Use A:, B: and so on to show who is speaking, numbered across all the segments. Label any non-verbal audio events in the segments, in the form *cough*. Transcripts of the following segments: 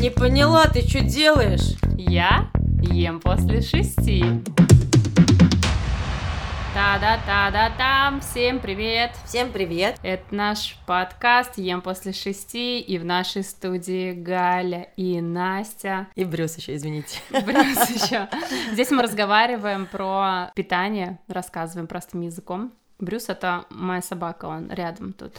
A: Не поняла, ты что делаешь?
B: Я ем после шести. Та-да-та-да-там, всем привет!
A: Всем привет.
B: Это наш подкаст «Ем после шести» и в нашей студии Галя и Настя.
A: И Брюс еще, извините.
B: *laughs* Брюс еще. Здесь мы разговариваем про питание, рассказываем простым языком. Брюс — это моя собака, он рядом тут.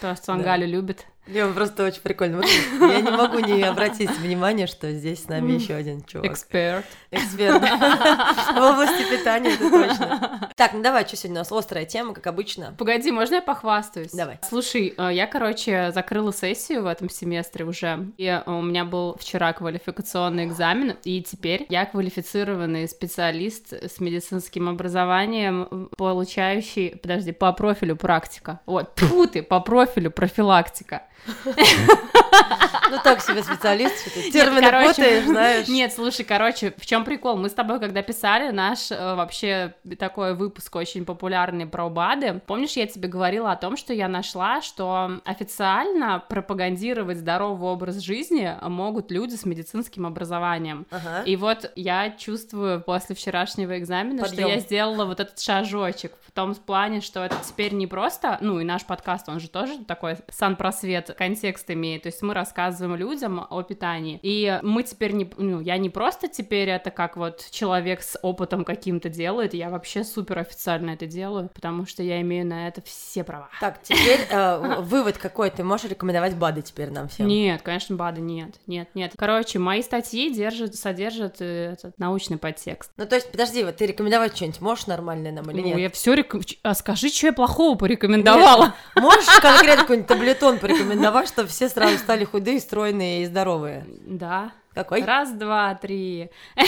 B: То, что он
A: Да.
B: Галю любит.
A: Лёва, просто очень прикольно. Вот Я не могу не обратить внимание, что здесь с нами еще один чувак.
B: Эксперт.
A: Эксперт *laughs* в области питания, это точно. Так, ну давай, что сегодня у нас острая тема, как обычно.
B: Погоди, можно я похвастаюсь?
A: Давай.
B: Слушай, э, я, короче, закрыла сессию в этом семестре уже, и э, у меня был вчера квалификационный экзамен, и теперь я квалифицированный специалист с медицинским образованием, м, получающий, подожди, по профилю практика. Вот, тьфу ты, по профилю профилактика.
A: Ну так себе специалист, что ты
B: Нет,
A: термины
B: короче,
A: путаешь, знаешь.
B: *laughs* Нет, слушай, короче, в чем прикол? Мы с тобой, когда писали наш э, вообще такой выпуск очень популярный про БАДы, помнишь, я тебе говорила о том, что я нашла, что официально пропагандировать здоровый образ жизни могут люди с медицинским образованием.
A: Ага.
B: И вот я чувствую после вчерашнего экзамена, что
A: Подъём.
B: я сделала вот этот шажочек в том плане, что это теперь не просто, ну и наш подкаст, он же тоже такой санпросвет, контекст имеет, то есть мы рассказываем людям о питании, и мы теперь не, ну я не просто теперь это как вот человек с опытом каким-то делает, я вообще супер официально это делаю, потому что я имею на это все права.
A: Так, теперь э, вывод какой, ты можешь рекомендовать БАДы теперь нам всем?
B: Нет, конечно, БАДы нет, нет, нет. Короче, мои статьи держат, содержат э, этот научный подтекст.
A: Ну то есть, подожди, вот ты рекомендовать что-нибудь можешь нормальное нам или
B: Ну,
A: нет?
B: я все А скажи, что я плохого порекомендовала.
A: Можешь конкретно какой-нибудь таблетон порекомендовать, чтобы все сразу стали худые, стройные и здоровые?
B: Да.
A: Какой?
B: Раз, два, три. *laughs*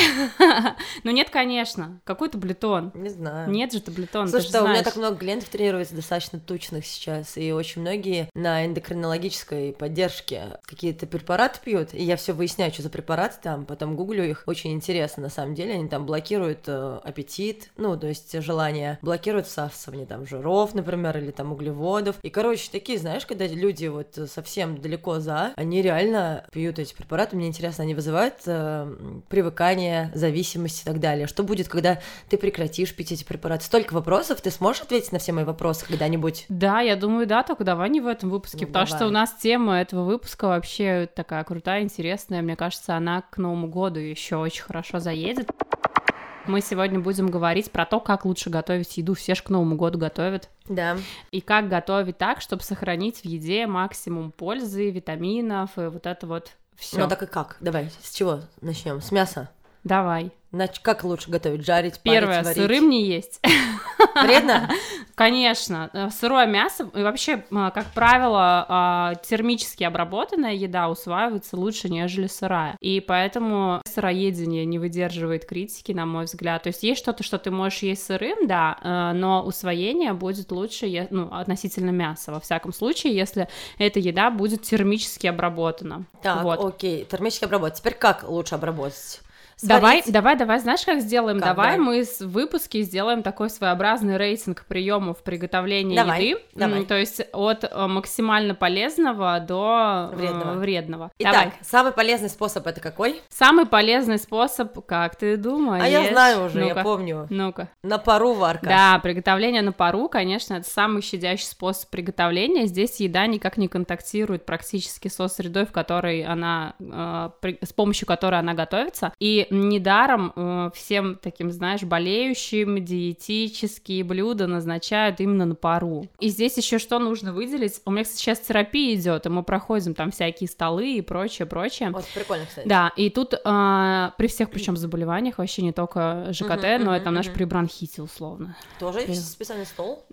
B: Ну нет, конечно. Какой таблетон?
A: Не знаю.
B: Нет же таблетон, ты
A: Слушай,
B: же
A: да, у меня
B: знаешь.
A: так много клиентов тренируется достаточно тучных сейчас, и очень многие на эндокринологической поддержке какие-то препараты пьют, и я все выясняю, что за препараты там, потом гуглю их, очень интересно на самом деле, они там блокируют э, аппетит, ну, то есть желание, блокируют всасывание там жиров, например, или там углеводов, и, короче, такие, знаешь, когда люди вот э, совсем далеко за, они реально пьют эти препараты, мне интересно, они вызывают э, м, привыкание, зависимость и так далее, что будет, когда ты прекратишь пить эти препараты. Столько вопросов, ты сможешь ответить на все мои вопросы когда-нибудь?
B: Да, я думаю, да, только давай не в этом выпуске,
A: Ну,
B: потому
A: давай.
B: что у нас тема этого выпуска вообще такая крутая, интересная. Мне кажется, она к Новому году еще очень хорошо заедет. Мы сегодня будем говорить про то, как лучше готовить еду. Все же к Новому году готовят.
A: Да.
B: и как готовить так, чтобы сохранить в еде максимум пользы, витаминов и вот это вот все.
A: Ну так и как? Давай, с чего начнем? С мяса.
B: Давай.
A: Нач- как лучше готовить? Жарить, парить,
B: Первое,
A: варить?
B: сырым не есть. *laughs*
A: Вредно?
B: Конечно, э, сырое мясо и вообще, э, как правило, а, термически обработанная еда усваивается лучше, нежели сырая. И поэтому сыроедение не выдерживает критики, на мой взгляд. То есть есть что-то, что ты можешь есть сырым, да, э, но усвоение будет лучше, е- ну, относительно мяса, во всяком случае, если эта еда будет термически обработана.
A: Так,
B: Вот.
A: окей, термически обработать. Теперь как лучше обработать?
B: Давай,
A: Сварить?
B: давай, давай, знаешь, как сделаем?
A: Как,
B: давай,
A: давай?
B: мы с выпуски сделаем такой своеобразный рейтинг приемов приготовления
A: Давай,
B: еды. М,
A: давай.
B: То есть от э, максимально полезного до э,
A: Вредного.
B: вредного.
A: Итак,
B: Давай.
A: самый полезный способ это какой?
B: Самый полезный способ, как ты думаешь?
A: А я знаю уже,
B: Ну-ка,
A: я помню.
B: Ну-ка.
A: На пару варка.
B: Да, приготовление на пару, конечно, это самый щадящий способ приготовления. Здесь еда никак не контактирует практически со средой, в которой она, э, при- с помощью которой она готовится. И недаром э, всем таким, знаешь, болеющим диетические блюда назначают именно на пару. И здесь еще что нужно выделить? У меня, кстати, сейчас терапия идет, и мы проходим там всякие столы и прочее, прочее.
A: Вот прикольно, кстати.
B: Да, и тут а, при всех причем заболеваниях, вообще не только ЖКТ,
A: Мгм,
B: но
A: мгм,
B: это там наш
A: мгм.
B: при бронхите условно.
A: Тоже
B: Блин.
A: специальный стол?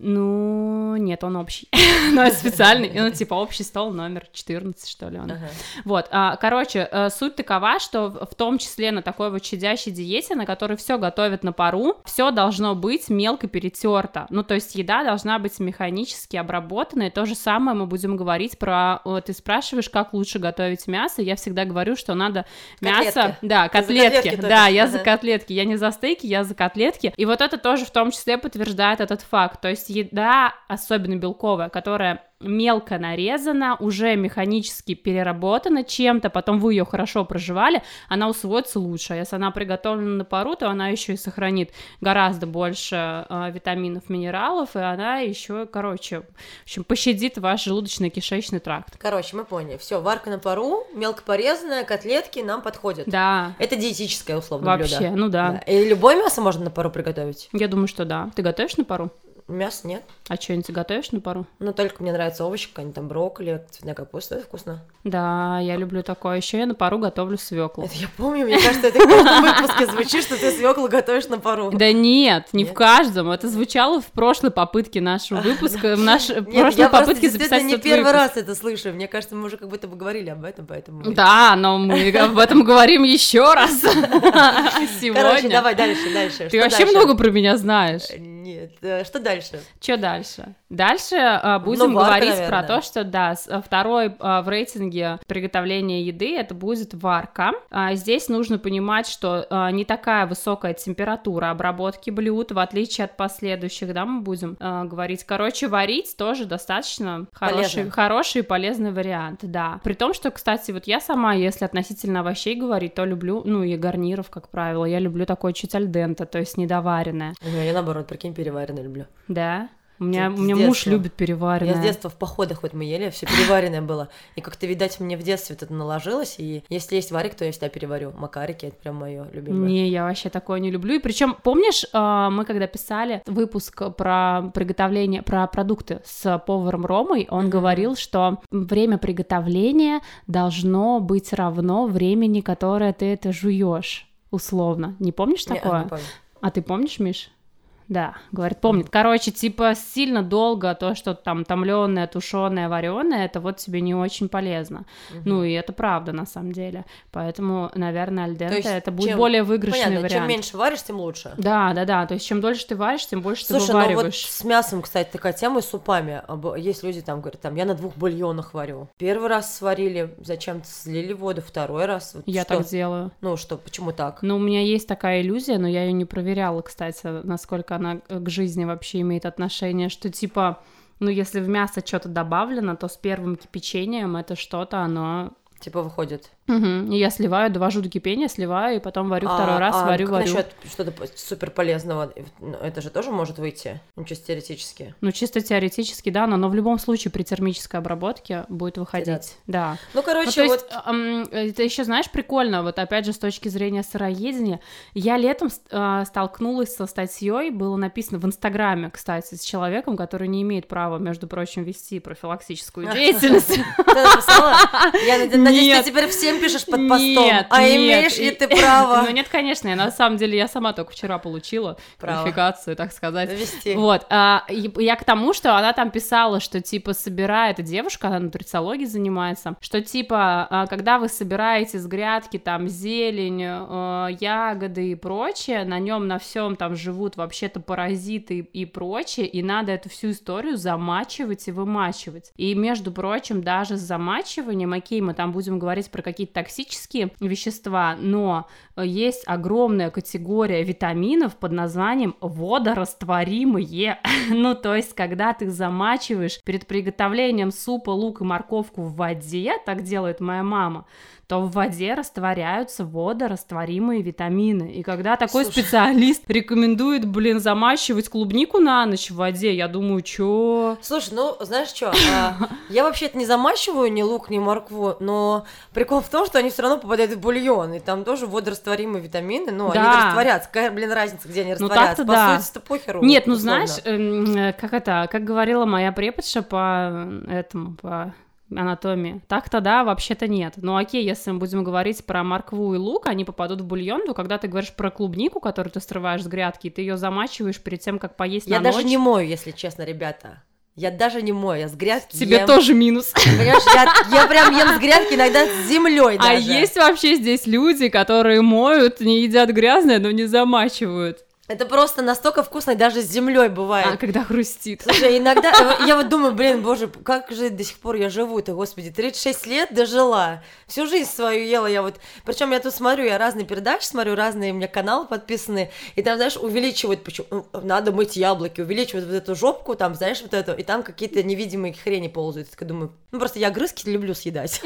B: Ну, нет, он общий. *laughs* Но специальный, ну, типа общий стол номер 14, что ли, он.
A: Ага.
B: Вот, а, короче, э, суть такова, что в в том числе на такой вот щадящей диете, на которой все готовят на пару, все должно быть мелко перетерто. Ну, то есть еда должна быть механически обработана, и то же самое мы будем говорить про... э, Ты спрашиваешь, как лучше готовить мясо, я всегда говорю, что надо мясо...
A: Котлетки.
B: Да,
A: Ты за
B: котлетки.
A: котлетки топишь,
B: да, я за
A: ага.
B: котлетки. Я не за стейки, я за котлетки. И вот это тоже в том числе подтверждает этот факт. То есть еда, особенно белковая, которая мелко нарезана, уже механически переработана чем-то, потом вы ее хорошо проживали, она усвоится лучше. А Если она приготовлена на пару, то она еще и сохранит гораздо больше э, витаминов, минералов, и она еще, короче, в общем, пощадит ваш желудочно-кишечный тракт.
A: Короче, мы поняли. Все, варка на пару, мелко порезанная, котлетки нам подходят.
B: Да.
A: Это диетическое условно
B: Вообще,
A: блюдо.
B: ну да.
A: И любое мясо можно на пару приготовить.
B: Я думаю, что да. Ты готовишь на пару?
A: Мясо нет.
B: А что-нибудь готовишь на пару?
A: Но только мне нравятся овощи, какие-нибудь там брокколи, цветная капуста, это вкусно.
B: Да, я люблю такое. Еще я на пару готовлю свеклу.
A: Это я помню, мне кажется, это в каждом *laughs* выпуске звучит, что ты свеклу готовишь на пару.
B: Да нет, не в
A: Нет?
B: каждом. Это звучало в прошлой попытке
A: *laughs*
B: нашего выпуска, в нашей
A: Нет,
B: прошлой
A: я просто
B: попытке
A: действительно
B: записать
A: не
B: этот
A: первый
B: выпуск.
A: раз это слышу. Мне кажется, мы уже как будто бы говорили об этом, поэтому...
B: Да, но мы об этом говорим еще раз
A: *laughs*
B: *laughs*
A: Короче,
B: сегодня.
A: давай дальше, дальше.
B: Ты
A: Что
B: вообще
A: дальше?
B: много про меня знаешь.
A: Нет, э, что дальше?
B: Что дальше? Дальше а, будем
A: Ну, варка,
B: говорить про
A: наверное.
B: то, что да, с- а, второй а, в рейтинге приготовления еды это будет варка. А, Здесь нужно понимать, что а, не такая высокая температура обработки блюд, в отличие от последующих, да, мы будем а, говорить. Короче, варить тоже достаточно хороший,
A: Полезно.
B: хороший и полезный вариант, да. При том, что, кстати, вот я сама, если относительно овощей говорить, то люблю, ну и гарниров, как правило, я люблю такое чуть альдента, то есть недоваренное.
A: Ой, Я наоборот, прикинь, переваренное люблю.
B: Да. У меня,
A: Ты
B: у
A: с
B: меня муж
A: детства.
B: любит
A: Я
B: переваренное.
A: с детства в походах вот мы ели, все переваренное было. И как-то, видать, мне в детстве вот это наложилось. И если есть варик, то я всегда переварю. Макарики это прям мое любимое.
B: Не, я вообще такое не люблю. И причем, помнишь, а, мы когда писали выпуск про приготовление, про продукты с поваром Ромой, он
A: Мгм.
B: говорил, что время приготовления должно быть равно времени, которое ты это жуешь, условно. Не помнишь
A: Не, а, не
B: такое?
A: помню.
B: А ты помнишь, Миш? Да, говорит, помнит. Короче, типа сильно долго то, что там томленое, тушеное, вареное, это вот тебе не очень полезно.
A: Мгм.
B: Ну и это правда на самом деле. Поэтому, наверное, альденте
A: есть
B: это будет
A: чем-
B: более выигрышный
A: Понятно,
B: вариант.
A: чем меньше варишь, тем лучше.
B: Да, да, да. То есть чем дольше ты варишь, тем больше ты
A: Слушай, ну вот
B: вывариваешь.
A: с мясом, кстати, такая тема и с супами. Об- Есть люди там говорят, там я на двух бульонах варю. Первый раз сварили, зачем-то слили воду, второй раз. Вот
B: Я
A: что?
B: так делаю.
A: Ну что, почему так?
B: Ну, у меня есть такая иллюзия, но я ее не проверяла, кстати, насколько она к жизни вообще имеет отношение, что типа, ну, если в мясо что-то добавлено, то с первым кипячением это что-то, оно...
A: Типа выходит.
B: Мгм. И я сливаю, довожу до кипения, сливаю, и потом варю
A: А-
B: второй раз,
A: а
B: варю,
A: как
B: варю.
A: насчет что-то супер полезного? Э, ну, Это же тоже может выйти, ну, чисто теоретически.
B: Ну, чисто теоретически, да, но, но в любом случае при термической обработке будет выходить.
A: Теряться.
B: Да.
A: Ну,
B: Ну,
A: короче,
B: то
A: вот
B: есть, ам, э, ты еще знаешь, прикольно, вот опять же, с точки зрения сыроедения, я летом с- а, столкнулась со статьей, было написано в Инстаграме, кстати, с человеком, который не имеет права, между прочим, вести профилактическую
A: *laughs*
B: деятельность.
A: Ты
B: *laughs*
A: написала? Я над- надеюсь,
B: Нет.
A: ты теперь всем пишешь под постом.
B: Нет,
A: а
B: нет,
A: имеешь ли
B: и-
A: ты право
B: *laughs* Ну нет, конечно, я на самом деле, я сама только вчера получила
A: Право.
B: квалификацию, так сказать.
A: вести?
B: Вот, а, и- я к тому, что она там писала, что, типа, собирает, эта девушка, она нутрициологией занимается, что, типа, а, когда вы собираете с грядки там зелень, э, ягоды и прочее, на нем на всем там живут вообще-то паразиты и, и прочее, и надо эту всю историю замачивать и вымачивать. И, между прочим, даже с замачиванием, окей, мы там будем говорить про какие-то токсические вещества, но э, есть огромная категория витаминов под названием водорастворимые. *laughs* ну, то есть, когда ты замачиваешь перед приготовлением супа лук и морковку в воде, так делает моя мама, то в воде растворяются водорастворимые витамины. И когда такой
A: Слушай.
B: специалист рекомендует, блин, замачивать клубнику на ночь в воде, я думаю, чё?
A: Слушай, ну знаешь что, я вообще-то не замачиваю ни лук, ни моркву, но прикол в том, что они все равно попадают в бульон, и там тоже водорастворимые витамины, но они
B: Да.
A: растворятся. Какая, блин, разница, где они
B: Ну,
A: растворятся?
B: так-то
A: По
B: да.
A: сути-то похеру.
B: Нет, ну
A: условно.
B: знаешь, эм, э, как это, как говорила моя преподша по э, этому, по анатомии. Так-то да, вообще-то нет. Но окей, если мы будем говорить про моркву и лук, они попадут в бульон, то когда ты говоришь про клубнику, которую ты срываешь с грядки, ты ее замачиваешь перед тем, как поесть
A: Я
B: на
A: даже
B: ночь,
A: не мою, если честно, ребята. Я даже не мою, я с грядки
B: тебе
A: ем.
B: тоже минус.
A: Понимаешь, я, я прям ем с грядки иногда с землей даже.
B: А есть вообще здесь люди, которые моют, не едят грязное, но не замачивают.
A: Это просто настолько вкусно, даже с землей
B: А,
A: бывает.
B: когда хрустит.
A: Слушай, иногда э, я вот думаю, блин, боже, как же до сих пор я живу-то, господи, 36 лет дожила, всю жизнь свою ела я вот, причем я тут смотрю, я разные передачи смотрю, разные у меня каналы подписаны, и там, знаешь, увеличивают, почему, ну, надо мыть яблоки, увеличивают вот эту жопку, там, знаешь, вот эту, и там какие-то невидимые хрени ползают, я такая думаю, ну, просто я грызки люблю съедать.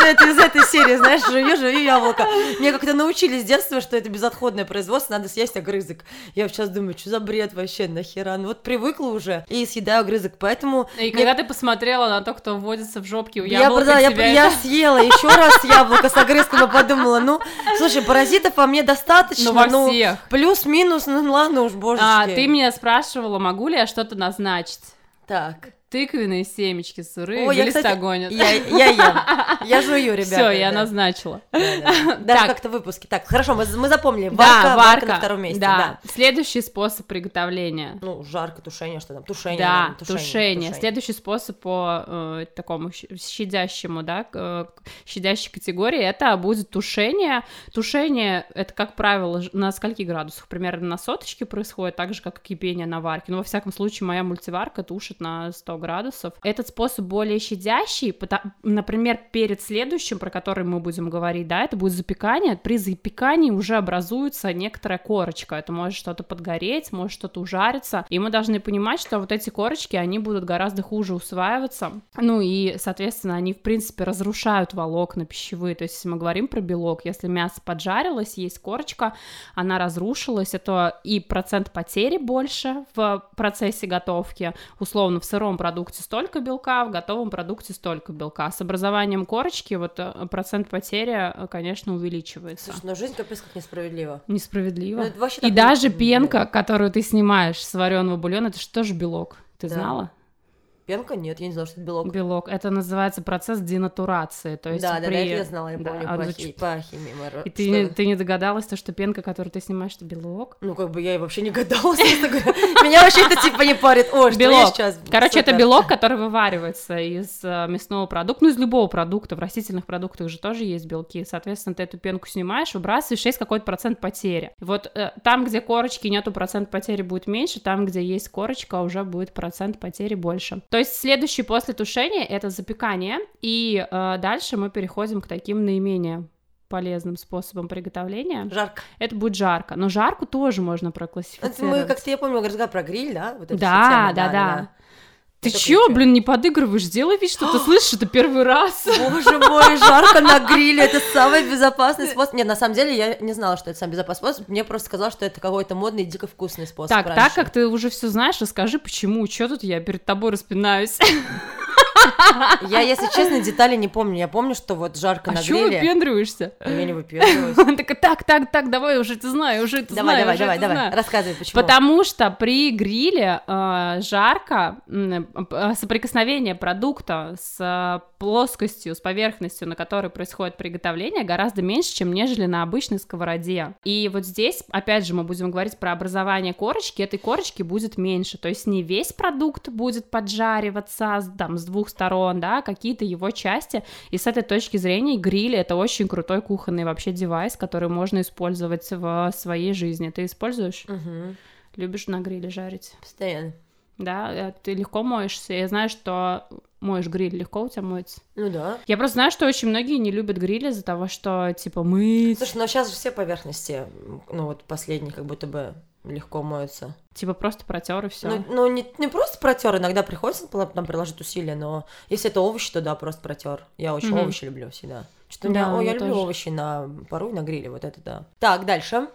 A: Ну, это из этой серии, знаешь, жую, жую яблоко. Мне как-то научили с детства, что это безотходное производство, надо съесть огрызок. Я сейчас думаю, что за бред вообще, нахера? Ну вот привыкла уже и съедаю огрызок, поэтому...
B: И
A: мне-
B: когда ты посмотрела на то, кто вводится в жопки у
A: я,
B: яблока,
A: продала- я-
B: тебя
A: я
B: это-
A: съела еще раз яблоко с огрызком и подумала, ну, слушай, паразитов по мне достаточно,
B: Ну, во
A: ну,
B: всех.
A: плюс-минус, ну ладно уж, божечки.
B: А, ты меня спрашивала, могу ли я что-то назначить.
A: Так,
B: Тыквенные семечки сырые,
A: Ой, я,
B: или
A: кстати,
B: листа гонят.
A: я, я ем, я жую, ребята.
B: Все, я
A: да.
B: назначила.
A: Да,
B: *laughs*
A: да. Даже
B: Так.
A: как-то выпуски. Так, хорошо, мы, мы запомнили.
B: да,
A: Варка,
B: варка.
A: на втором месте.
B: Да.
A: Да.
B: Следующий способ приготовления.
A: Ну, жарко, тушение, что там? Тушение.
B: Да,
A: наверное,
B: тушение. Следующий способ по э, такому щ- щадящему, да, к- э, к щадящей категории, это будет тушение. Тушение, это, как правило, ж- на скольки градусах? Примерно на соточке происходит, так же, как и кипение на варке. Ну, во всяком случае, моя мультиварка тушит на 100 градусов. Этот способ более щадящий, пота- например, перед следующим, про который мы будем говорить, да, это будет запекание. При запекании уже образуется некоторая корочка. Это может что-то подгореть, может что-то ужариться. И мы должны понимать, что вот эти корочки, они будут гораздо хуже усваиваться. Ну и, соответственно, они, в принципе, разрушают волокна пищевые. То есть, если мы говорим про белок, если мясо поджарилось, есть корочка, она разрушилась, это и процент потери больше в процессе готовки. Условно, в сыром продукте столько белка, в готовом продукте столько белка. А С образованием корочки вот э, процент потери, э, конечно, увеличивается.
A: Слушай, ну жизнь капец как несправедлива.
B: Несправедливо.
A: Ну, это вообще
B: И
A: так
B: даже
A: не-
B: пенка, которую ты снимаешь с вареного бульона, это же тоже белок. Ты
A: Да.
B: знала?
A: Пенка? Нет, я не знала, что это белок.
B: Белок. Это называется процесс денатурации. То есть
A: да, да,
B: при-
A: да, это я знала, я
B: Да,
A: помню,
B: а
A: по,
B: вот
A: хи-
B: чё-
A: по химии. мы ра-
B: И ты
A: что-
B: не, ты не догадалась, то, что пенка, которую ты снимаешь, это белок?
A: Ну, как бы я и вообще не гадалась. честно говоря.
B: *laughs*
A: Меня вообще это типа не парит. О, что я
B: Белок.
A: сейчас?
B: Короче, это
A: Супер.
B: белок, который вываривается из э, мясного продукта, ну, из любого продукта. В растительных продуктах же тоже есть белки. Соответственно, ты эту пенку снимаешь, выбрасываешь, есть какой-то процент потери. Вот э, там, где корочки нету, процент потери будет меньше, там, где есть корочка, уже будет процент потери больше. То есть следующий после тушения — это запекание, и э, дальше мы переходим к таким наименее полезным способам приготовления.
A: Жарко.
B: Это будет жарко. Но жарку тоже можно
A: Это
B: проклассифицировать.
A: мы как-то, я помню, разговаривали про гриль, да? Вот эту всю
B: Да,
A: тему,
B: да, да. Ты
A: Это
B: чё,
A: ключи.
B: блин, не подыгрываешь? Сделай
A: *gasps*
B: вид, что ты слышишь это первый раз.
A: Боже мой, жарко на гриле, это самый безопасный способ. Нет, на самом деле я не знала, что это самый безопасный способ. Мне просто сказал, что это какой-то модный, дико вкусный способ.
B: Так, так
A: раньше.
B: как ты уже все знаешь, расскажи, почему, чё тут я перед тобой распинаюсь.
A: Я, если честно, детали не помню. Я помню, что вот жарко
B: *laughs* А
A: на
B: чё
A: гриле.
B: выпендриваешься? *laughs*
A: Я не выпендриваюсь.
B: Он такой, так, так, так, давай, уже ты знаю, уже ты
A: Давай,
B: знаю,
A: давай,
B: уже
A: давай,
B: ты
A: давай.
B: знаю».
A: Рассказывай, почему.
B: Потому что при гриле э, жарко, м, э, соприкосновение продукта с э, плоскостью, с поверхностью, на которой происходит приготовление, гораздо меньше, чем нежели на обычной сковороде. И вот здесь, опять же, мы будем говорить про образование корочки, этой корочки будет меньше, то есть не весь продукт будет поджариваться с- там, с двух сторон, да, а какие-то его части, и с этой точки зрения гриль это очень крутой кухонный вообще девайс, который можно использовать в своей жизни. Ты используешь?
A: Мгм.
B: Любишь на гриле жарить,
A: Постоянно.
B: да? Э, Ты легко моешься. Я знаю, что моешь гриль, легко у тебя моется.
A: Ну да.
B: Я просто знаю, что очень многие не любят гриль из-за того, что, типа, мыть,
A: Слушай, но сейчас же все поверхности, м, ну вот последние, как будто бы легко моются.
B: типа, просто протер и все.
A: Ну, ну, не, не просто протер, иногда приходится пла- там приложить усилия, но если это овощи, то да, просто протер. Я очень
B: Мгм.
A: овощи люблю всегда. Что-то
B: Да,
A: у меня, о,
B: я
A: я люблю
B: тоже.
A: овощи на пару и на гриле, вот это да. Так, дальше.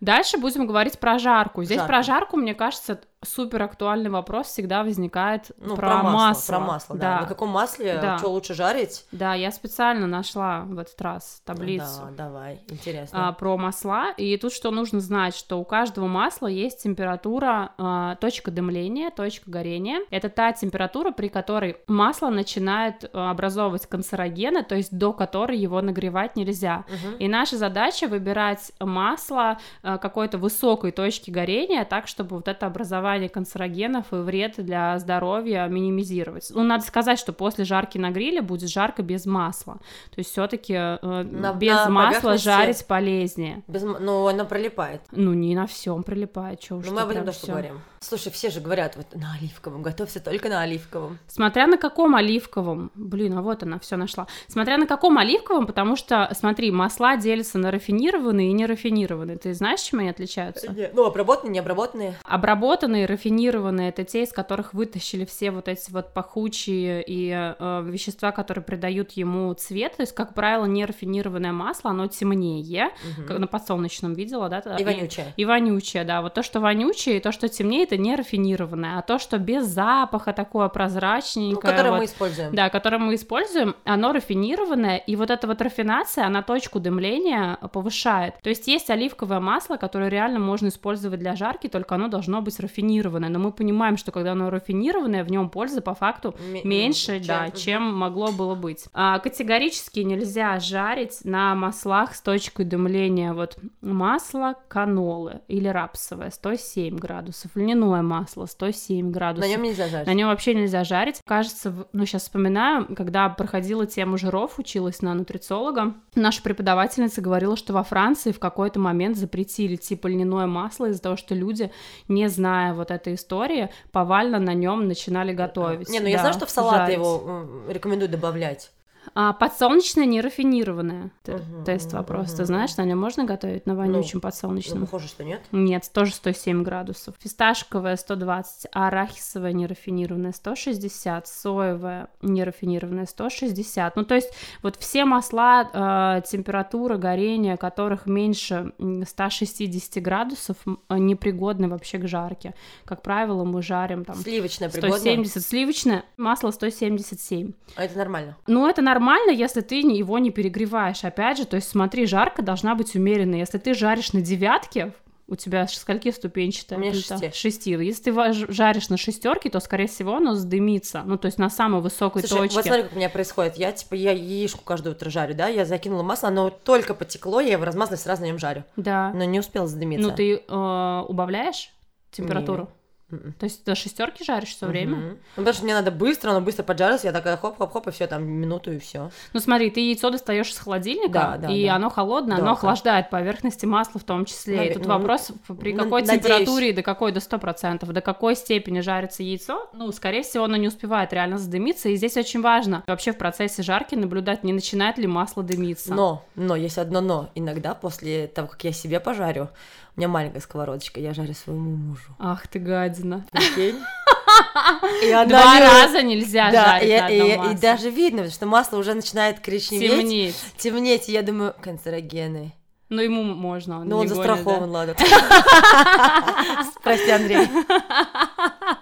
B: Дальше будем говорить про жарку. Здесь
A: Жарку.
B: про жарку, мне кажется, супер актуальный вопрос всегда возникает
A: Ну,
B: про, масло.
A: Про масло, да. Ну, На каком масле,
B: Да.
A: что лучше жарить?
B: Да, я специально нашла в этот раз
A: Ну
B: таблицу.
A: Да, давай, интересно.
B: а, про масла. И тут что нужно знать, что у каждого масла есть температура, а, точка дымления, точка горения. Это та температура, при которой масло начинает а, образовывать канцерогены, то есть до которой канделябрь, его нагревать нельзя.
A: Мгм.
B: А, И наша задача выбирать масло э, какой-то высокой точки горения, так, чтобы вот это образование канцерогенов и вред для здоровья минимизировать. Ну, надо сказать, что после жарки на гриле будет жарко без масла. То есть все таки без
A: на
B: масла
A: поверхности-
B: жарить полезнее.
A: Без м- Ну, она пролипает.
B: Ну, не на всем прилипает, что уж
A: Но Ну, мы
B: тут
A: об этом
B: прям
A: тоже
B: всё.
A: поговорим. Слушай, все же говорят, вот на оливковом, готовься только на оливковом.
B: Смотря на каком оливковом. Блин, а вот она все нашла. Смотря на каком оливковом, потому что, смотри, масла делятся на рафинированные и нерафинированные. Ты знаешь, чем они отличаются?
A: Не- Ну, обработанные, необработанные.
B: Обработанные, рафинированные это те, из которых вытащили все вот эти вот пахучие и э, вещества, которые придают ему цвет. То есть, как правило, нерафинированное масло, оно темнее.
A: Мгм.
B: Как на подсолнечном видела, да?
A: И вонючая.
B: И вонючее, да. Вот то, что вонючее, и то, что темнее, это не рафинированное, а то, что без запаха, такое прозрачненькое.
A: Ну, которые
B: вот,
A: мы используем.
B: Да, которое мы используем, оно рафинированное, и вот эта вот рафинация, она точку дымления повышает. То есть есть оливковое масло, которое реально можно использовать для жарки, только оно должно быть рафинированное. Но мы понимаем, что когда оно рафинированное, в нем пользы по факту
A: Ме-
B: меньше, да,
A: мгм.
B: чем могло было быть. А, категорически нельзя жарить на маслах с точкой дымления вот масло канолы или рапсовое 107 градусов, льняное масло 107 градусов.
A: На нем нельзя жарить.
B: На нем вообще нельзя жарить. Кажется, в- ну сейчас вспоминаю, когда проходила тему жиров, училась на нутрициолога, наша преподавательница говорила, что во Франции в какой-то момент запретили типа льняное масло из-за того, что люди, не зная вот этой истории, повально на нем начинали готовить.
A: Не, ну я
B: Да,
A: знаю, что в салаты
B: жарить.
A: его м, рекомендую добавлять.
B: А, подсолнечное нерафинированное. Т-
A: Мгм,
B: Тест
A: мгм,
B: вопрос.
A: мгм,
B: Ты знаешь, на нем можно готовить на вонючем
A: Ну,
B: подсолнечном?
A: похоже, что нет.
B: Нет, тоже 107 градусов. Фисташковое 120, арахисовое нерафинированное 160, соевое нерафинированное 160. Ну, то есть вот все масла, э, температура горения которых меньше м, 160 градусов, м, э, непригодны вообще к жарке. Как правило, мы жарим там...
A: Сливочное пригодно.
B: 170 сливочное, масло 177.
A: А это нормально.
B: Ну, это нормально, если ты не- его не перегреваешь. Опять же, то есть смотри, жарка должна быть умеренная. Если ты жаришь на девятке, у тебя ш- скольки ступенчатая?
A: У меня
B: плита?
A: шести.
B: Шести. Если ты ва- ж- жаришь на шестерке, то, скорее всего, оно сдымится. Ну, то есть на самой высокой
A: Слушай,
B: точке.
A: вот смотри, как у меня происходит. Я, типа, я яичку каждое утро жарю, да? Я закинула масло, оно только потекло, я его размазала, сразу на нем жарю.
B: Да.
A: Но не успела задымиться.
B: Ну, ты э, убавляешь температуру?
A: Мгм.
B: То есть до шестерки жаришь все время?
A: Мгм. Ну, потому что мне надо быстро, оно быстро поджарилось, я такая хоп-хоп-хоп, и все, там, минуту, и все.
B: Ну смотри, ты яйцо достаешь из холодильника,
A: Да, да,
B: и
A: да.
B: оно холодное,
A: Да, да.
B: оно охлаждает поверхности масла в том числе. и
A: Наве-
B: тут
A: ну,
B: вопрос, в- при
A: ну,
B: какой
A: надеюсь.
B: температуре и до какой, до 100%, до какой степени жарится яйцо. Ну, скорее всего, оно не успевает реально задымиться, и здесь очень важно вообще в процессе жарки наблюдать, не начинает ли масло дымиться.
A: Но, но, есть одно но. Иногда после того, как я себе пожарю, у меня маленькая сковородочка, я жарю своему мужу.
B: Ах ты гадина.
A: Прикинь?
B: *laughs*
A: И она
B: Два
A: не-
B: раза нельзя
A: Да,
B: жарить
A: и,
B: на
A: и-
B: одном
A: и
B: масле.
A: даже видно, потому что масло уже начинает коричневеть, темнеть,
B: Темнеет.
A: и я думаю, канцерогены.
B: Ну, ему можно.
A: Ну, он
B: не гонит, да.
A: застрахован, ладно. *laughs* Прости, Андрей.
B: *laughs*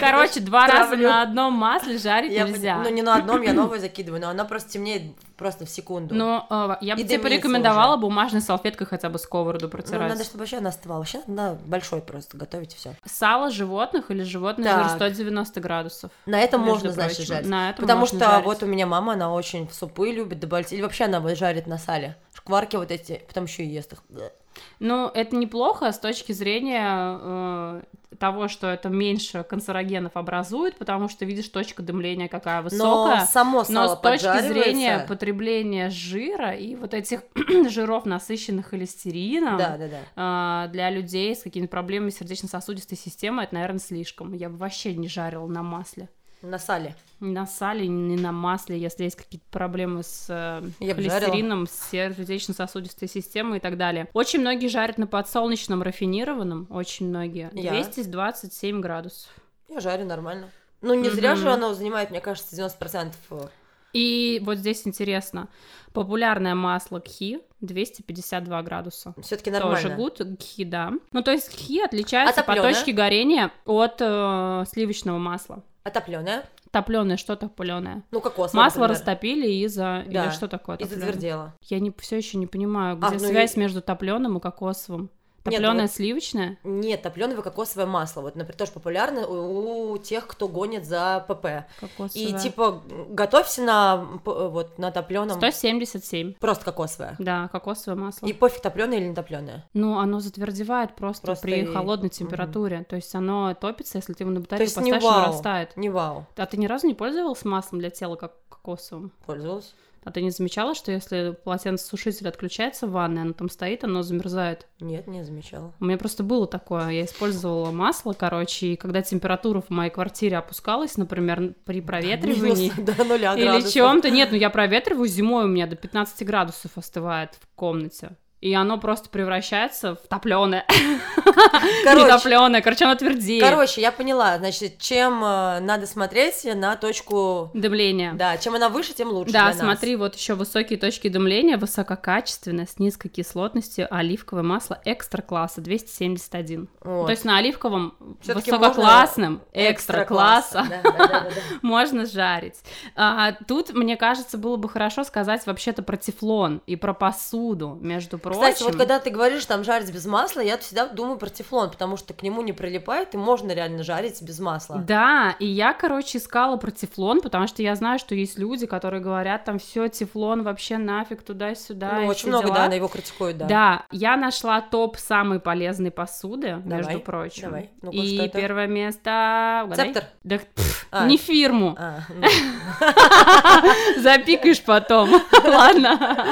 B: Короче, два раза
A: Травлю.
B: на одном масле жарить
A: Я
B: нельзя.
A: пон- Ну, не на одном,
B: *clears throat*
A: я новую закидываю, но она просто темнеет просто в секунду. Ну,
B: Но э, я бы
A: И дымится
B: тебе
A: Ну,
B: порекомендовала бумажной салфеткой хотя бы сковороду протирать.
A: надо, чтобы вообще она остывала. Вообще надо большой просто готовить и все.
B: Сало животных или животных
A: Так.
B: жир 190 градусов.
A: На этом
B: между
A: можно, значит,
B: прочим.
A: жарить.
B: На этом
A: Потому
B: можно
A: что
B: жарить.
A: вот у меня мама, она очень в супы любит добавить. Или вообще она вот жарит на сале. Шкварки вот эти, потом еще и ест их.
B: Ну, это неплохо с точки зрения э, того, что это меньше канцерогенов образует, потому что видишь, точка дымления какая
A: Но
B: высокая.
A: само
B: Но
A: сало
B: с точки
A: поджаривается.
B: зрения потребления жира и вот этих *clears throat* жиров, насыщенных холестерином,
A: Да, да, да.
B: а, для людей с какими-то проблемами сердечно-сосудистой системы, это, наверное, слишком. Я бы вообще не жарила на масле.
A: На сале.
B: Ни на сале, ни на масле, если есть какие-то проблемы с э,
A: Я бы
B: холестерином, с сердечно-сосудистой системой и так далее. Очень многие жарят на подсолнечном рафинированном, очень многие.
A: Я.
B: 227 градусов.
A: Я жарю нормально. Ну, не зря же
B: Мгм.
A: оно занимает, мне кажется, 90%. э,
B: И вот здесь интересно. Популярное масло кхи 252 градуса.
A: Все-таки нормально.
B: Тоже гуд, кхи, да. Ну, то есть кхи отличается
A: Отоплённое?
B: по точке горения от э, сливочного масла.
A: Отопленное.
B: Топленое, что топленое?
A: Ну, кокос.
B: Масло растопили и за...
A: Да.
B: Или что такое
A: И
B: топленое?
A: затвердело.
B: Я не, все еще не понимаю, где
A: А, ну и-
B: связь между топленым и кокосовым. Топленое
A: вот-
B: сливочное?
A: Нет, топленое кокосовое масло. Вот, например, тоже популярно у, у тех, кто гонит за ПП. И
B: Кокосовое.
A: типа готовься на п- вот на топленом
B: 177.
A: просто кокосовое.
B: Да, кокосовое масло.
A: И пофиг топленое или не топленое.
B: Ну, оно затвердевает просто,
A: Просто
B: при
A: и-
B: холодной температуре. То есть оно топится, если ты его на
A: То
B: батарее
A: есть не
B: поставишь,
A: вау.
B: оно растает.
A: Не вау.
B: А ты ни разу не пользовалась маслом для тела как кокосовым?
A: Пользовалась.
B: А ты не замечала, что если полотенцесушитель отключается в ванной, оно там стоит, оно замерзает?
A: Нет, не замечала.
B: У меня просто было такое. Я использовала масло, короче, и когда температура в моей квартире опускалась, например, при проветривании...
A: *laughs* Минус До нуля
B: Или
A: градусов.
B: чем-то. Нет, ну я проветриваю зимой, у меня до 15 градусов остывает в комнате. И оно просто превращается в топленое. *laughs* Не
A: Короче,
B: топленое, короче, оно твердеет.
A: Короче, я поняла, значит, чем э, надо смотреть на точку...
B: Дымление.
A: Да, чем она выше, тем лучше
B: Да,
A: для нас.
B: смотри, вот еще высокие точки дымления, высококачественное, с низкой кислотностью, оливковое масло экстра класса 271.
A: Вот.
B: Ну, То есть на оливковом
A: Всё-таки
B: высококлассном экстра
A: Экстра-класса.
B: класса
A: Да, да, да, да, да.
B: *laughs* можно жарить. А, тут, мне кажется, было бы хорошо сказать вообще-то про тефлон и про посуду, между прочим.
A: Кстати, вот когда ты говоришь там жарить без масла, я всегда думаю про тефлон, потому что к нему не прилипает, и можно реально жарить без масла.
B: Да, и я, короче, искала про тефлон, потому что я знаю, что есть люди, которые говорят там все тефлон вообще нафиг туда-сюда. и
A: ну, очень
B: все
A: много,
B: дела.
A: да, она его критикует, да.
B: Да. я нашла топ самой полезной посуды,
A: Давай,
B: между прочим.
A: давай. Ну-ка,
B: и
A: что это?
B: первое место. угадай.
A: Цептер?
B: Да, пф,
A: А.
B: не фирму.
A: А, ну,
B: *laughs*
A: *laughs*
B: Запикаешь потом. Ладно.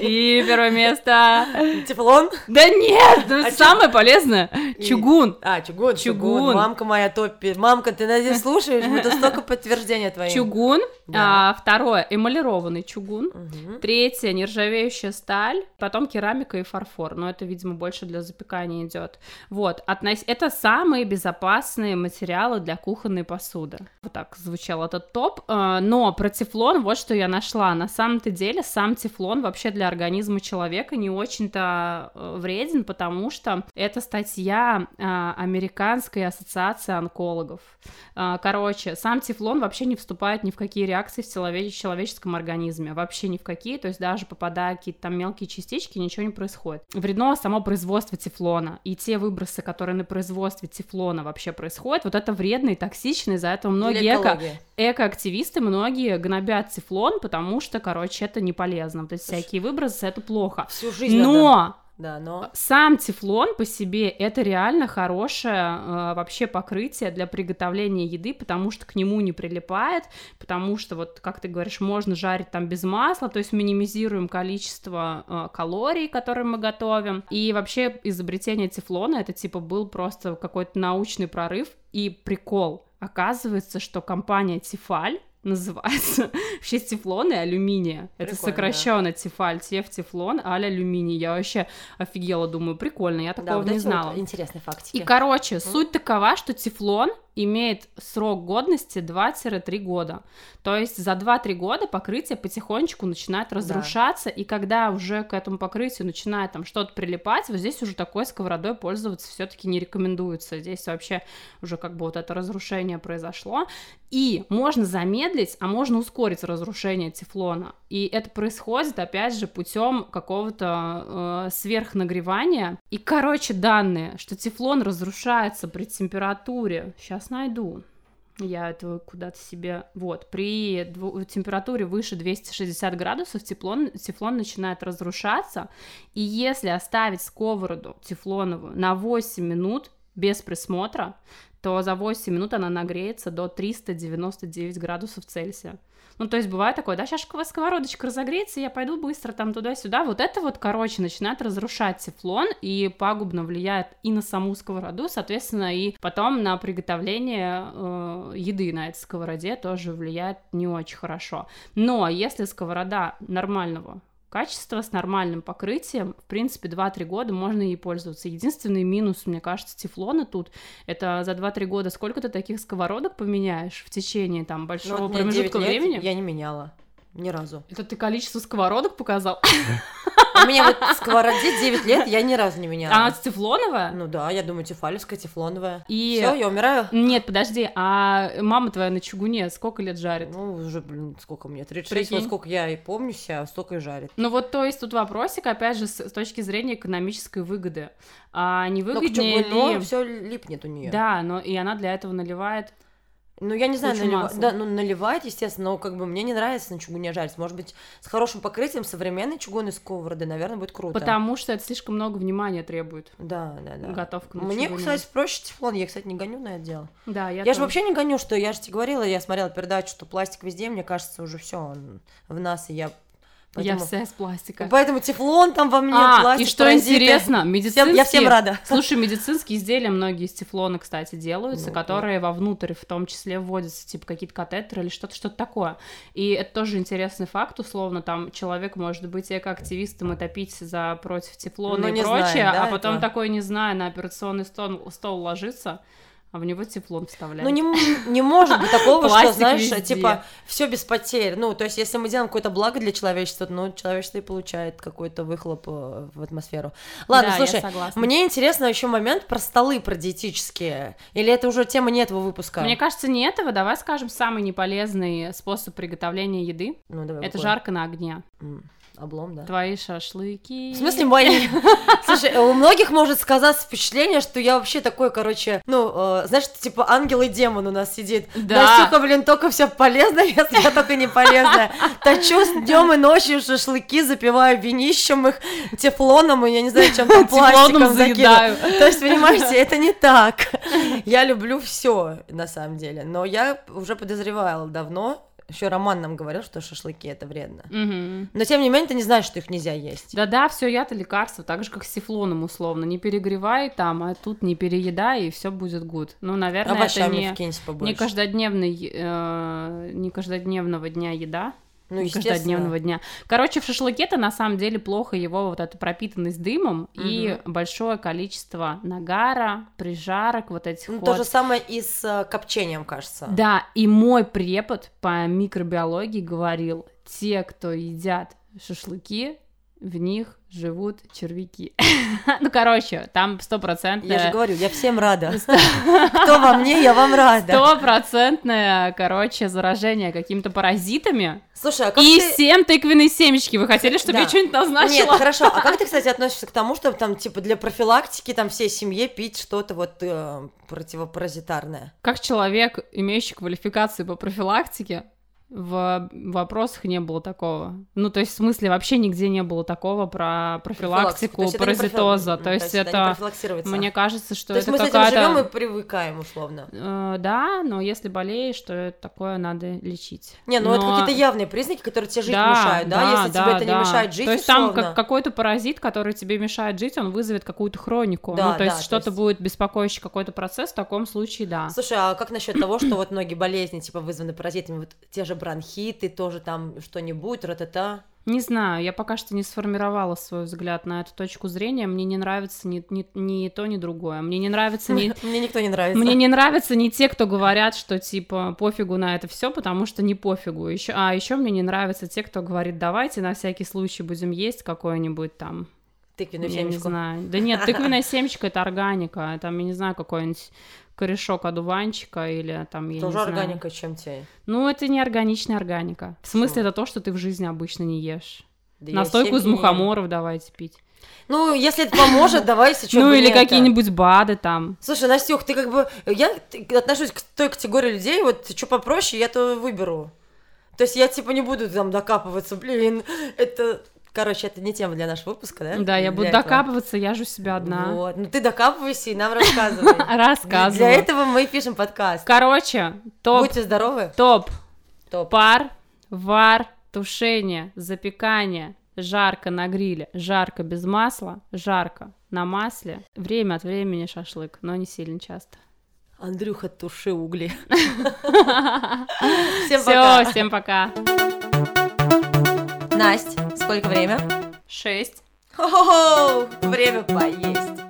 B: *laughs* И первое место.
A: Тефлон?
B: Да нет, ну,
A: А чё-
B: самое полезное.
A: И-
B: Чугун.
A: А, чугун, чугун.
B: Чугун.
A: Мамка моя топи. Мамка, ты надеюсь слушаешь? Мы тут столько подтверждения твоим.
B: Чугун.
A: Да.
B: А, Второе, эмалированный чугун.
A: Мгм.
B: Третье, нержавеющая сталь, потом керамика и фарфор, но это, видимо, больше для запекания идет. Вот, относ... это самые безопасные материалы для кухонной посуды. Вот так звучал этот топ, Э, но про тефлон вот что я нашла. На самом-то деле сам тефлон вообще для организма человека не очень-то э, вреден, потому что это статья э, Американской ассоциации онкологов. А, Короче, сам тефлон вообще не вступает ни в какие реакции в челове- человеческом организме, вообще ни в какие, то есть даже попадая какие-то там мелкие частички, ничего не происходит. Вредно само производство тефлона, и те выбросы, которые на производстве тефлона вообще происходят, вот это вредно и токсично, из-за этого
A: Для
B: многие эко-
A: экологии.
B: экоактивисты, многие гнобят тефлон, потому что, короче, это не полезно, вот эти
A: Слушай.
B: всякие выбросы, это плохо.
A: Всю жизнь надо-
B: Но
A: Да, но...
B: сам тефлон по себе это реально хорошее э, вообще покрытие для приготовления еды, потому что к нему не прилипает, потому что вот как ты говоришь, можно жарить там без масла, то есть минимизируем количество э, калорий, которые мы готовим. И вообще изобретение тефлона это типа был просто какой-то научный прорыв и прикол. Оказывается, что компания Тефаль называется *laughs* в честь тефлона и алюминия. Это
A: Прикольно.
B: сокращенно Тефаль, Теф, Тефлон, аль алюминий. Я вообще офигела, думаю, прикольно, я
A: да,
B: такого
A: вот
B: не
A: эти вот
B: знала.
A: интересные фактики.
B: И, короче, суть такова, что тефлон имеет срок годности 2-3 года. То есть за 2-3 года покрытие потихонечку начинает разрушаться, и когда уже к этому покрытию начинает там что-то прилипать, вот здесь уже такой сковородой пользоваться все таки не рекомендуется. Здесь вообще уже как бы вот это разрушение произошло. И можно замедлить, а можно ускорить разрушение тефлона. И это происходит, опять же, путем какого-то э, сверхнагревания. И, короче, данные, что тефлон разрушается при температуре. Сейчас найду. Я это куда-то себе... Вот, при дву- температуре выше 260 градусов теплон, тефлон начинает разрушаться. И если оставить сковороду тефлоновую на 8 минут без присмотра, то за 8 минут она нагреется до 399 градусов Цельсия. Ну, то есть бывает такое, да, сейчас сковородочка разогреется, я пойду быстро там туда-сюда. Вот это вот, короче, начинает разрушать тефлон и пагубно влияет и на саму сковороду, соответственно, и потом на приготовление э, еды на этой сковороде тоже влияет не очень хорошо. Но если сковорода нормального качества с нормальным покрытием, в принципе, 2-3 года можно ей пользоваться. Единственный минус, мне кажется, тефлона тут это за 2-3 года сколько ты таких сковородок поменяешь в течение там
A: Ну,
B: большого
A: вот мне 9
B: промежутка
A: лет
B: времени?
A: Я не меняла. Ни разу.
B: Это ты количество сковородок показал?
A: У меня вот сковороде 9 лет, я ни разу не
B: Она
A: меняла.
B: тефлоновая?
A: Ну да, я думаю, тефалевская, тефлоновая.
B: И...
A: Все, я умираю.
B: Нет, подожди, а мама твоя на чугуне сколько лет жарит?
A: Ну, уже, блин, сколько мне? 36,
B: Прикинь.
A: но сколько я и помню себя, столько и жарит.
B: Ну вот, то есть тут вопросик, опять же, с, с точки зрения экономической выгоды. А не
A: Но
B: выгоднее ли...
A: все липнет у нее.
B: Да, но и она для этого наливает.
A: Ну, я не знаю,
B: Кучу
A: налива-
B: масла.
A: да, ну, наливает, естественно, но как бы мне не нравится на чугуне жарить. Может быть, с хорошим покрытием современной чугунной сковороды, наверное, будет круто.
B: Потому что это слишком много внимания требует.
A: Да, Ну да, да.
B: Готовка на
A: Мне,
B: чугуне.
A: кстати, проще тефлон. Я, кстати, не гоню на это дело.
B: Да, я,
A: Я
B: тоже.
A: же вообще не гоню, что я же тебе говорила, я смотрела передачу, что пластик везде, мне кажется, уже все, он в нас, и я...
B: Я вся из пластика.
A: Поэтому тефлон там во мне,
B: а, и
A: пластик,
B: что
A: паразиты.
B: интересно,
A: Всем-
B: медицинские...
A: я всем рада.
B: Слушай, медицинские изделия многие из тефлона, кстати, делаются,
A: Ну,
B: которые вовнутрь в том числе вводятся, типа какие-то катетеры или что-то, что-то такое. И это тоже интересный факт, условно, там человек может быть экоактивистом и топить за против тефлона
A: Ну,
B: и
A: не
B: прочее,
A: знаем, да,
B: а потом
A: этого.
B: такой, не знаю, на операционный стол, стол ложится, а в него тефлон вставляет.
A: Ну, не, м- не может быть такого, что,
B: Пластик
A: знаешь,
B: везде.
A: типа, все без потерь. Ну, то есть, если мы делаем какое-то благо для человечества, ну, человечество и получает какой-то выхлоп э, в атмосферу. Ладно,
B: Да, я
A: слушай,
B: согласна.
A: мне интересно еще момент про столы, про диетические. Или это уже тема не этого выпуска?
B: Мне кажется, не этого. Давай скажем самый неполезный способ приготовления еды.
A: Ну, давай
B: Это
A: какой?
B: жарко на огне.
A: М, Облом, да.
B: Твои шашлыки.
A: В смысле, мои? *laughs* Слушай, у многих может сказаться впечатление, что я вообще такой, короче, ну, э, знаешь, типа ангел и демон у нас сидит.
B: Да.
A: Настюха, блин, только все полезно, *laughs* если я только не полезная. Точу с днем и ночью шашлыки, запиваю винищем их, тефлоном и я не знаю, чем там пластиком
B: Тефлоном
A: закидываю.
B: заедаю.
A: То есть, понимаете, это не
B: *laughs*
A: так. Я люблю все, на самом деле. Но я уже подозревала давно, еще Роман нам говорил, что шашлыки это вредно.
B: Мгм.
A: Но тем не менее, ты не знаешь, что их нельзя есть.
B: Да-да, все яд и лекарство, так же, как с сифлоном, условно. Не перегревай там, а тут не переедай, и все будет гуд. Ну, наверное, это
A: А Овощами
B: не,
A: вкинься побольше.
B: не, каждодневный, э, не каждодневного дня еда,
A: ну,
B: не каждодневного дня. Короче, в шашлыке-то на самом деле плохо его вот эта пропитанность дымом и большое количество нагара, прижарок, вот этих
A: Ну,
B: вот.
A: то же самое и с э, копчением, кажется.
B: Да, и мой препод по микробиологии говорил, те, кто едят шашлыки, в них живут червяки. *laughs* Ну, короче, там
A: Я же
B: стопроцентная...
A: говорю, я всем рада. Кто
B: *laughs*
A: во мне, я вам рада.
B: Стопроцентное, короче, заражение какими-то паразитами.
A: Слушай, а как
B: И
A: ты...
B: всем тыквенные семечки. Вы хотели, чтобы
A: Да.
B: я
A: Нет,
B: что-нибудь назначила?
A: хорошо. А как ты, кстати, относишься к тому, чтобы там, типа, для профилактики, там, всей семье пить что-то вот э, противопаразитарное?
B: Как человек, имеющий квалификацию по профилактике, в вопросах не было такого. Ну, то есть, в смысле, вообще нигде не было такого про
A: Профилактику.
B: профилактику
A: То есть это не профил-
B: паразитоза.
A: М,
B: То есть,
A: не
B: это...
A: профилактируется.
B: Мне кажется, что
A: То есть мы
B: это
A: с этим живем и
B: какая-то...
A: привыкаем, условно.
B: Э, Да, но если болеешь, то это такое надо лечить.
A: Не, ну это
B: Но-
A: какие-то явные признаки, которые тебе жить
B: Да,
A: мешают, да? Если тебе это
B: да.
A: не мешает жить,
B: То есть там
A: условно.
B: как- какой-то паразит, который тебе мешает жить, он вызовет какую-то хронику.
A: Да,
B: ну, то
A: да,
B: есть
A: то
B: что-то
A: есть-
B: будет беспокоящий какой-то процесс, в таком случае да.
A: Слушай, а как насчет того, что вот многие болезни, типа, вызваны паразитами, вот те же бронхиты, тоже там что-нибудь, ра-та-та?
B: Не знаю, я пока что не сформировала свой взгляд на эту точку зрения. Мне не нравится ни, ни- ни то, ни другое. Мне не
A: *laughs*
B: нравится ни...
A: Мне никто не нравится.
B: Мне не нравятся не те, кто говорят, что типа пофигу на это все, потому что не пофигу. Еще, а еще мне не нравятся те, кто говорит, давайте на всякий случай будем есть какое-нибудь там.
A: Тыквенную
B: я не
A: семечку.
B: знаю.
A: *laughs*
B: Да нет, тыквенная семечка это органика. Там, я не знаю, какой-нибудь корешок одуванчика или там, я не
A: Тоже
B: знаю.
A: органика, чем тебе.
B: Ну, это не органичная органика. В смысле,
A: Почему?
B: это то, что ты в жизни обычно не ешь.
A: Да я
B: Настойку из
A: семечки не ем.
B: мухоморов давайте пить.
A: Ну, если это поможет, давай сейчас.
B: ну, или какие-нибудь БАДы там.
A: Слушай, Настюх, ты как бы... Я т- отношусь к той категории людей, вот что попроще, я то выберу. То есть я, типа, не буду там докапываться, блин, это... Короче, это не тема для нашего выпуска, да?
B: Да, я буду
A: Для этого.
B: докапываться, я жу себя одна.
A: Вот. Ну, ты докапывайся и нам рассказывай.
B: *laughs* Рассказываю.
A: Для этого мы пишем подкаст.
B: Короче, топ,
A: Будьте здоровы.
B: топ,
A: Топ.
B: пар, вар, тушение, запекание, жарко на гриле, жарко без масла, жарко на масле, время от времени шашлык, но не сильно часто. *laughs*
A: Андрюха, туши угли.
B: Все,
A: Всем пока.
B: всем пока.
A: Настя, сколько время?
B: Шесть.
A: Хо-хо-хо, время поесть.